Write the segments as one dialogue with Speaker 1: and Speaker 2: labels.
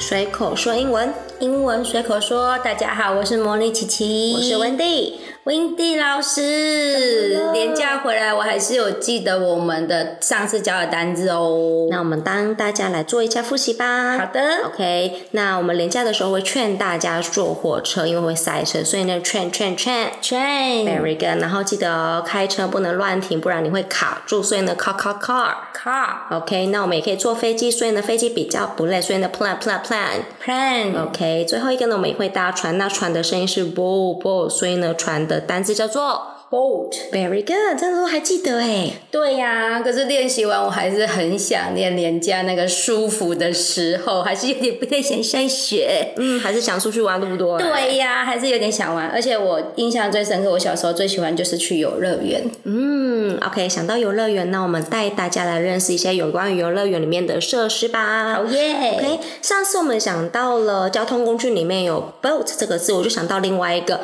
Speaker 1: 随口说英文，
Speaker 2: 英文随口说，大家好，我是魔力琪琪，
Speaker 1: 我是温蒂。
Speaker 2: 温蒂
Speaker 1: 怎
Speaker 2: 老
Speaker 1: 么
Speaker 2: 师
Speaker 1: 了。
Speaker 2: 廉价回来，我还是有记得我们的上次教的单字哦。
Speaker 1: 那我们当大家来做一下复习吧。
Speaker 2: 好的，
Speaker 1: OK，那我们廉价的时候会劝大家坐火车，因为会塞车，所以呢劝劝劝。
Speaker 2: train
Speaker 1: Very good，然后记得哦开车不能乱停，不然你会卡住。所以呢，car car car。
Speaker 2: car
Speaker 1: OK，那我们也可以坐飞机，所以呢飞机比较不累，所以呢 plan plan plan。
Speaker 2: plane
Speaker 1: OK，最后一个呢我们也会搭船，那船的声音是 bo bo，所以呢船的单字叫做
Speaker 2: boat。
Speaker 1: very good，这都还记得哎。
Speaker 2: 对呀、可是练习完我还是很想念廉价那个舒服的时候，还是有点不太想上学。
Speaker 1: 嗯，还是想出去玩，对不对？
Speaker 2: 对呀、还是有点想玩，而且我印象最深刻，我小时候最喜欢就是去游乐园。
Speaker 1: 嗯，OK，想到游乐园，那我们带大家来认识一些有关于游乐园里面的设施吧。
Speaker 2: 耶
Speaker 1: OK，上次我们讲到了交通工具里面有 boat 这个字，我就想到另外一个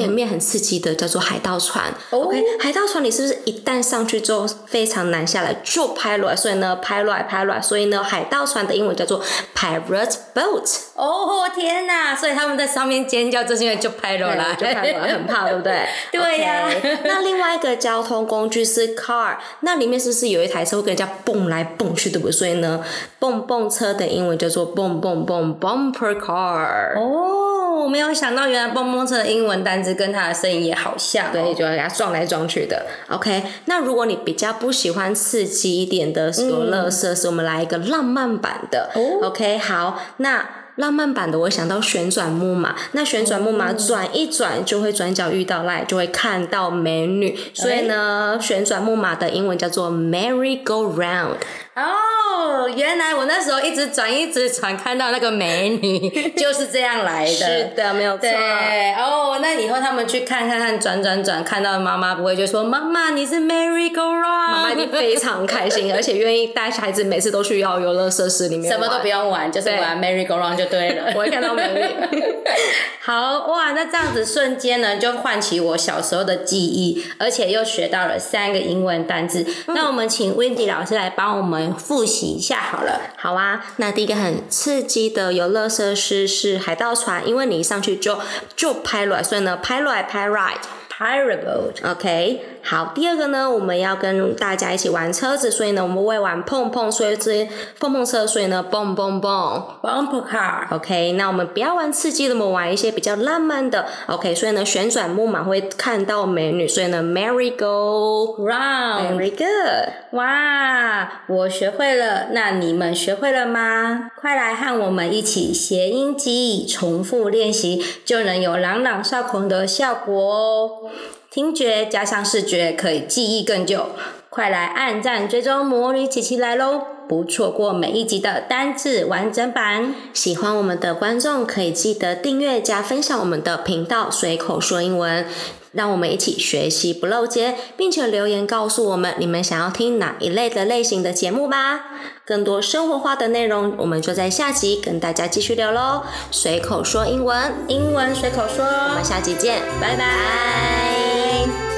Speaker 1: 前面很刺激的，叫做海盗船。
Speaker 2: 嗯哦
Speaker 1: OK，海盗船你是不是一旦上去之后非常难下来，就拍落来？所以呢，拍落来，拍落来，所以呢，海盗船的英文叫做 pirate boat。
Speaker 2: 哦天哪！所以他们在上面尖叫，就是因为就拍了啦，
Speaker 1: 对就拍了很怕对不对
Speaker 2: 对呀、
Speaker 1: OK，那另外一个交通工具是 car，那里面是不是有一台车会跟人家蹦来蹦去，对不对？所以呢，蹦蹦车的英文叫做蹦蹦蹦 bumper car，、
Speaker 2: 哦，我没有想到，原来蹦蹦车的英文单字跟它的声音也好像、哦
Speaker 1: 所以
Speaker 2: 对，
Speaker 1: 就要给它撞来撞去的。OK，那如果你比较不喜欢刺激一点的游乐设施，我们来一个浪漫版的。
Speaker 2: 嗯哦
Speaker 1: OK，好，那。浪漫版的，我想到旋转木马。那旋转木马
Speaker 2: 哦
Speaker 1: 转一转就会转角遇到赖，就会看到美女。所以
Speaker 2: 哎
Speaker 1: 呢，旋转木马的英文叫做 merry go round。
Speaker 2: 哦，原来我那时候一直转一直转，看到那个美 女就是这样哎来的。
Speaker 1: 的，没有错
Speaker 2: 对哦，那以后他们去看看看转转转，看到妈妈不会就说妈妈你是 Merry Go Round，
Speaker 1: 妈妈一定非常开心，而且愿意带孩子每次都去要游乐设施里面
Speaker 2: 什么都
Speaker 1: 玩
Speaker 2: 不用玩，就是
Speaker 1: 对
Speaker 2: 玩 Merry Go Round 就对了。
Speaker 1: 我会看到美女。
Speaker 2: 好哇，那这样子瞬间呢，就唤起我小时候的记忆，而且又学到了三个英文单字。
Speaker 1: 嗯
Speaker 2: 那我们请 Wendy 老师来帮我们复习一下好了。
Speaker 1: 好啊，那第一个很刺激的游乐设施是海盗船，因为你一上去就就拍卵，所以呢拍卵拍 right。
Speaker 2: Pirate boat，
Speaker 1: OK，好，第二个呢，我们要跟大家一起玩车子，所以呢，我们会玩碰碰，所以这碰碰车，所以呢，蹦蹦蹦。
Speaker 2: bumper car，
Speaker 1: OK，那我们不要玩刺激的，我们玩一些比较浪漫的。OK，所以呢，旋转木马会看到美女，所以呢，merry go。
Speaker 2: round，
Speaker 1: Very good，
Speaker 2: 哇，我学会了，那你们学会了吗？快来和我们一起谐音记忆，重复练习，就能有朗朗上口的效果哦。听觉加上视觉，可以记忆更久。快来按赞追踪魔女琪琪来喽！不错过每一集的单字完整版。
Speaker 1: 喜欢我们的观众可以记得订阅加分享我们的频道，随口说英文，让我们一起学习不漏接，并且留言告诉我们你们想要听哪一类的类型的节目吧。更多生活化的内容，我们就在下集跟大家继续聊喽。随口说英文，
Speaker 2: 英文随口说，
Speaker 1: 我们下集见，
Speaker 2: 拜拜